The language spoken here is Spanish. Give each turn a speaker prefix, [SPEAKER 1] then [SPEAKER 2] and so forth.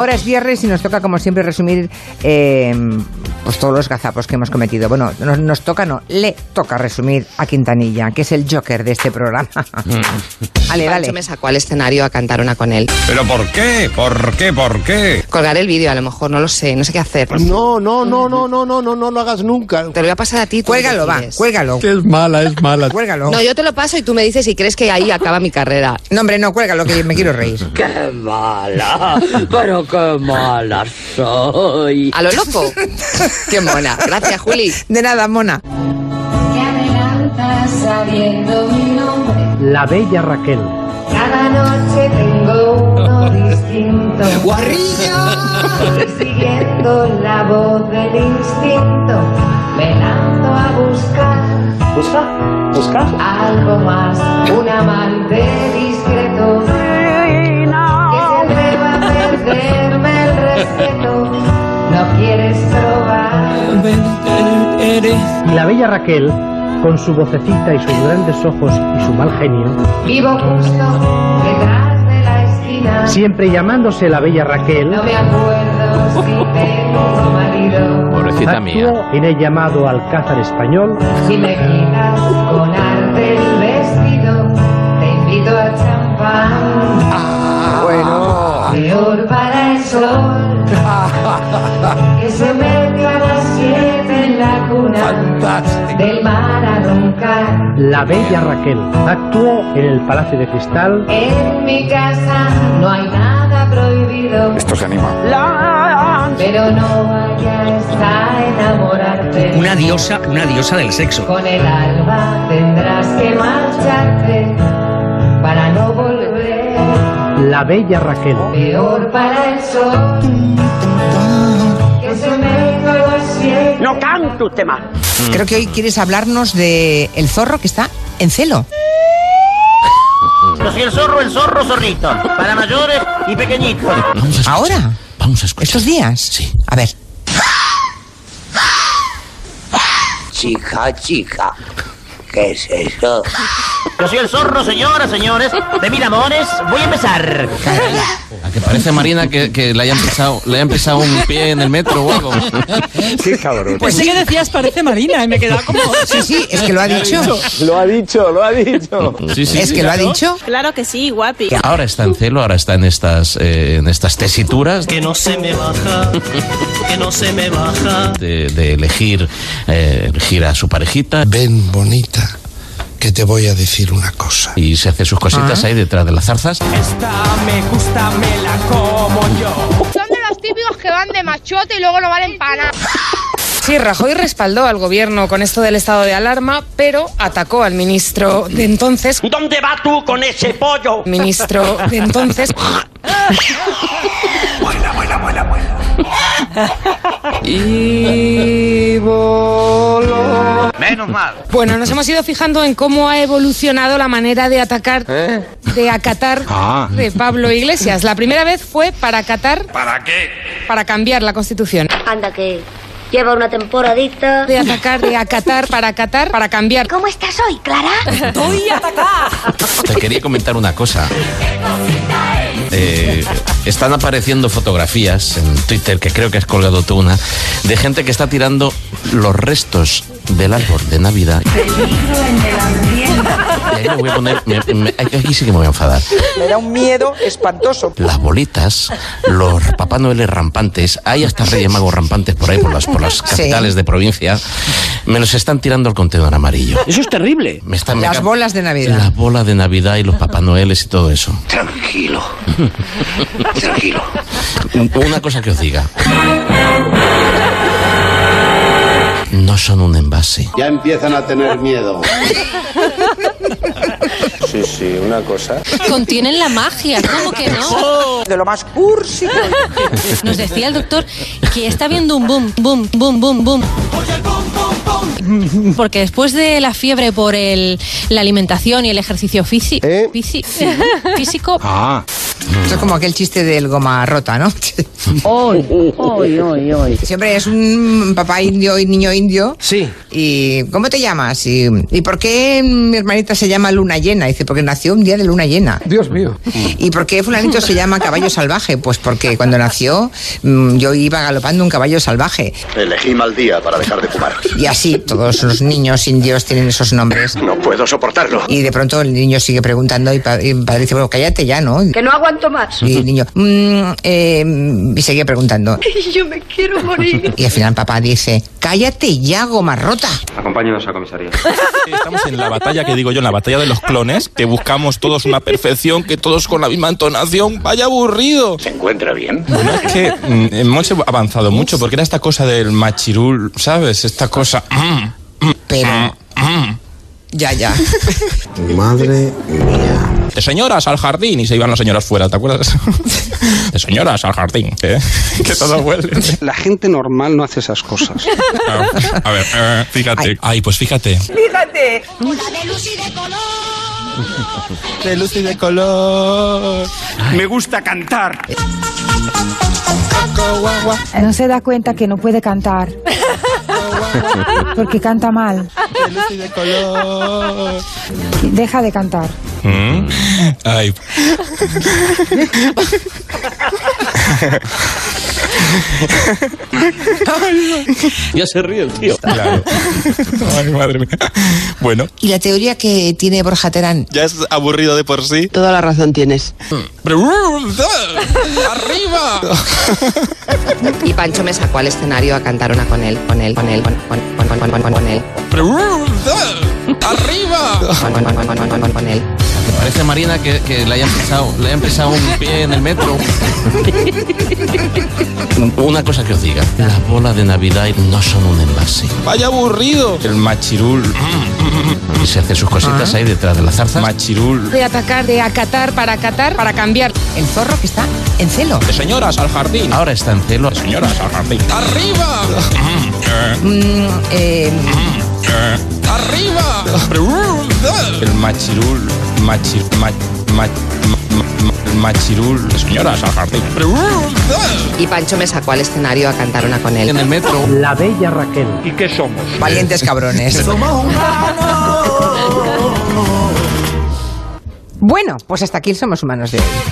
[SPEAKER 1] Ahora es viernes y nos toca, como siempre, resumir eh, pues todos los gazapos que hemos cometido. Bueno, nos, nos toca, no, le toca resumir a Quintanilla, que es el Joker de este programa. dale,
[SPEAKER 2] Pancho
[SPEAKER 1] dale.
[SPEAKER 2] me sacó al escenario a cantar una con él.
[SPEAKER 3] ¿Pero por qué? ¿Por qué? ¿Por qué?
[SPEAKER 2] Colgar el vídeo, a lo mejor, no lo sé, no sé qué hacer.
[SPEAKER 1] Pues
[SPEAKER 4] No, no, no, no, no, no, no, no lo hagas nunca.
[SPEAKER 2] Te lo voy a pasar a ti. tú me
[SPEAKER 1] Cuélgalo, va,
[SPEAKER 2] decides.
[SPEAKER 1] cuélgalo.
[SPEAKER 4] Que es mala, es mala.
[SPEAKER 1] Cuélgalo.
[SPEAKER 2] No, yo te lo paso y tú me dices si crees que ahí acaba mi carrera.
[SPEAKER 1] No, hombre, no, cuélgalo, que me quiero reír.
[SPEAKER 5] ¡Qué mala! ¡Pero qué mala soy!
[SPEAKER 2] A lo loco. Qué mona. Gracias, Juli.
[SPEAKER 1] De nada, mona.
[SPEAKER 6] Te adelantas sabiendo mi nombre.
[SPEAKER 7] La bella Raquel.
[SPEAKER 6] Cada noche tengo uno distinto. Guarrillo. Siguiendo la voz del instinto, me lanzo a buscar
[SPEAKER 7] Busca, busca.
[SPEAKER 6] algo más. Un amante discreto. Que se atreva a perderme el respeto. No quieres probar.
[SPEAKER 7] Y la bella Raquel, con su vocecita y sus grandes ojos y su mal genio,
[SPEAKER 6] Vivo justo detrás de la esquina.
[SPEAKER 7] siempre llamándose la bella Raquel,
[SPEAKER 6] No me acuerdo si tengo marido,
[SPEAKER 8] Pobrecita mía.
[SPEAKER 7] actuó en el llamado Alcázar Español
[SPEAKER 6] si me quitas con arte el vestido, te invito a champán. bueno, peor para el sol, que se mete a las siete en la cuna, del mar a roncar.
[SPEAKER 7] La bella Raquel. Actuó en el Palacio de Cristal
[SPEAKER 6] En mi casa no hay nada prohibido. Esto se anima. Pero no vayas a enamorarte.
[SPEAKER 9] Una diosa, una diosa del sexo.
[SPEAKER 6] Con el alba tendrás que marcharte para no volver.
[SPEAKER 7] La bella Raquel.
[SPEAKER 6] Peor para el sol. Que se me caiga siete.
[SPEAKER 5] ¡No canto usted más!
[SPEAKER 1] Creo que hoy quieres hablarnos de el zorro que está en celo.
[SPEAKER 5] Yo soy el zorro, el zorro zorrito. Para mayores y pequeñitos.
[SPEAKER 1] Ahora,
[SPEAKER 8] Vamos a escuchar.
[SPEAKER 1] estos días. Sí. A ver.
[SPEAKER 10] Chica, chica, ¿qué es eso?
[SPEAKER 5] Yo soy el zorro, señoras, señores. De mil amores, voy a empezar.
[SPEAKER 8] A que parece Marina que, que le hayan pisado, le hayan pisado un pie en el metro o algo.
[SPEAKER 4] Qué cabrón.
[SPEAKER 1] Pensé que decías parece Marina y me he quedado como. Sí, sí, es que lo ha dicho.
[SPEAKER 4] Lo ha dicho, lo ha dicho.
[SPEAKER 8] Sí, sí,
[SPEAKER 1] Es
[SPEAKER 8] sí.
[SPEAKER 1] que lo ha dicho.
[SPEAKER 6] Claro que sí, guapi.
[SPEAKER 8] Ahora está en celo, ahora está en estas, eh, en estas tesituras
[SPEAKER 5] Que no se me baja, que no se me baja.
[SPEAKER 8] de, de elegir, eh, elegir a su parejita
[SPEAKER 4] Ven, bonita, que te voy a decir una cosa.
[SPEAKER 8] y se hace sus cositas ahí detrás de las zarzas.
[SPEAKER 6] Son de los típicos que van de machote y luego no valen para nada.
[SPEAKER 2] Sí, Rajoy respaldó al gobierno con esto del estado de alarma, pero atacó al ministro de entonces.
[SPEAKER 5] ¿Dónde vas tú con ese pollo?
[SPEAKER 2] Ministro de entonces.
[SPEAKER 5] Menos mal.
[SPEAKER 2] Bueno, nos hemos ido fijando en cómo ha evolucionado la manera de atacar,
[SPEAKER 5] ¿Eh?
[SPEAKER 2] de acatar
[SPEAKER 5] Ah.
[SPEAKER 2] de Pablo Iglesias. La primera vez fue para acatar. ¿Para qué? Para cambiar la constitución.
[SPEAKER 6] Anda que lleva una temporadita.
[SPEAKER 2] De atacar, de acatar, para acatar, para cambiar.
[SPEAKER 6] ¿Cómo estás hoy, Clara?
[SPEAKER 8] Te quería comentar una cosa. Eh, están apareciendo fotografías en Twitter, que creo que has colgado tú una, de gente que está tirando los restos del árbol de Navidad. Y ahí me voy a poner, me- me- aquí sí que me voy a enfadar.
[SPEAKER 10] Me da un miedo espantoso.
[SPEAKER 8] Las bolitas, los Papá Noel rampantes, hay hasta Reyes Magos rampantes por ahí, por las, por las capitales de provincia, me los están tirando al contenedor amarillo.
[SPEAKER 5] Eso es terrible.
[SPEAKER 8] Me están, me
[SPEAKER 1] Las
[SPEAKER 8] acaban-
[SPEAKER 1] bolas de Navidad.
[SPEAKER 8] Las bolas de Navidad y los Papá Noeles y todo eso.
[SPEAKER 10] Tranquilo, tranquilo.
[SPEAKER 8] Una cosa que os diga. No son un envase.
[SPEAKER 4] Ya empiezan a tener miedo. Sí, sí, una cosa.
[SPEAKER 6] Contienen la magia, ¿cómo que no?
[SPEAKER 10] De lo más cursi.
[SPEAKER 6] Nos decía el doctor que está viendo un boom, boom, boom, boom, boom. Porque después de la fiebre por el, la alimentación y el ejercicio físico,
[SPEAKER 4] ¿Eh?
[SPEAKER 6] físico,
[SPEAKER 1] Esto es como aquel chiste del goma rota, ¿no?
[SPEAKER 11] Hoy, hoy, hoy, hoy.
[SPEAKER 1] Siempre es un papá indio y niño indio.
[SPEAKER 11] Sí.
[SPEAKER 1] ¿Y cómo te llamas? ¿Y, y por qué mi hermanita se llama Luna Llena? Dice, porque nació un día de Luna Llena.
[SPEAKER 4] Dios mío.
[SPEAKER 1] ¿Y por qué fulanito se llama caballo salvaje? Pues porque cuando nació mm, yo iba galopando un caballo salvaje.
[SPEAKER 8] Elegí mal día para dejar de fumar.
[SPEAKER 1] Y así todos los niños indios tienen esos nombres.
[SPEAKER 8] No puedo soportarlo.
[SPEAKER 1] Y de pronto el niño sigue preguntando y, pa- y el padre dice, bueno, cállate ya, ¿no?
[SPEAKER 12] Que no aguanto más.
[SPEAKER 1] Y el niño, "Mm, eh", y seguía preguntando.
[SPEAKER 12] Yo me quiero morir.
[SPEAKER 1] Y al final papá dice, cállate ya, gomarrota.
[SPEAKER 13] Acompáñenos a comisaría.
[SPEAKER 3] Estamos en la batalla que digo yo, en la batalla de los clones, que buscamos todos una perfección, que todos con la misma entonación. ¡Vaya aburrido!
[SPEAKER 8] ¿Se encuentra bien?
[SPEAKER 3] Bueno, es que mm, hemos avanzado mucho, porque era esta cosa del machirul, ¿sabes? Esta cosa. mm,
[SPEAKER 1] Pero. Ya, ya.
[SPEAKER 3] Madre mía. De señoras al jardín y se iban las señoras fuera, ¿te acuerdas? De señoras al jardín, ¿eh? que todo huele.
[SPEAKER 4] La gente normal no hace esas cosas.
[SPEAKER 3] A ver, fíjate. Ay. pues fíjate.
[SPEAKER 14] Fíjate.
[SPEAKER 3] De luz y de color.
[SPEAKER 8] Me gusta cantar.
[SPEAKER 6] No se da cuenta que no puede cantar. Porque canta mal. Deja de cantar.
[SPEAKER 3] Mm. Ay.
[SPEAKER 15] Ya se ríe el tío.
[SPEAKER 3] Claro. Ay, madre mía. Bueno,
[SPEAKER 1] Y la teoría que tiene Borja Terán.
[SPEAKER 3] ya es aburrido de por sí.
[SPEAKER 1] Toda la razón tienes.
[SPEAKER 3] ¡Arriba!
[SPEAKER 2] Y Pancho me sacó al escenario a cantar una con él, con él, con él, con, con, con, con, con, con, con él.
[SPEAKER 3] ¡Arriba!
[SPEAKER 2] Con, con, con, con, con, con, con, con él.
[SPEAKER 3] Parece Marina que, que le hayan pisado, le hayan pisado un pie en el metro. Una cosa que os diga, las bolas de Navidad no son un envase.
[SPEAKER 8] Vaya aburrido.
[SPEAKER 3] El machirul. Y se hace sus cositas ahí detrás de las zarzas. Machirul.
[SPEAKER 16] De atacar, de acatar, para acatar, para cambiar.
[SPEAKER 1] El zorro que está en celo.
[SPEAKER 3] De señoras al jardín. Ahora está en celo. De señoras al jardín. ¡Arriba!
[SPEAKER 1] Mm, eh,
[SPEAKER 3] ¡Arriba! El machirul. Machir, ma, ma- ma- ma- machirul. De señoras al jardín.
[SPEAKER 2] Y Pancho me sacó al escenario a cantar una con él.
[SPEAKER 3] En el metro.
[SPEAKER 7] La bella Raquel.
[SPEAKER 8] ¿Y qué somos?
[SPEAKER 1] valientes cabrones. Bueno, pues hasta aquí el Somos Humanos de hoy.